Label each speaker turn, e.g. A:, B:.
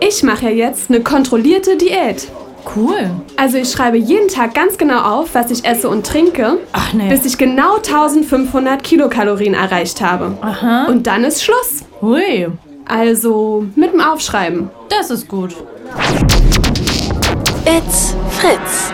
A: Ich mache ja jetzt eine kontrollierte Diät.
B: Cool.
A: Also ich schreibe jeden Tag ganz genau auf, was ich esse und trinke,
B: Ach nee.
A: bis ich genau 1500 Kilokalorien erreicht habe.
B: Aha.
A: Und dann ist Schluss.
B: Hui.
A: Also mit dem Aufschreiben.
B: Das ist gut.
C: It's Fritz.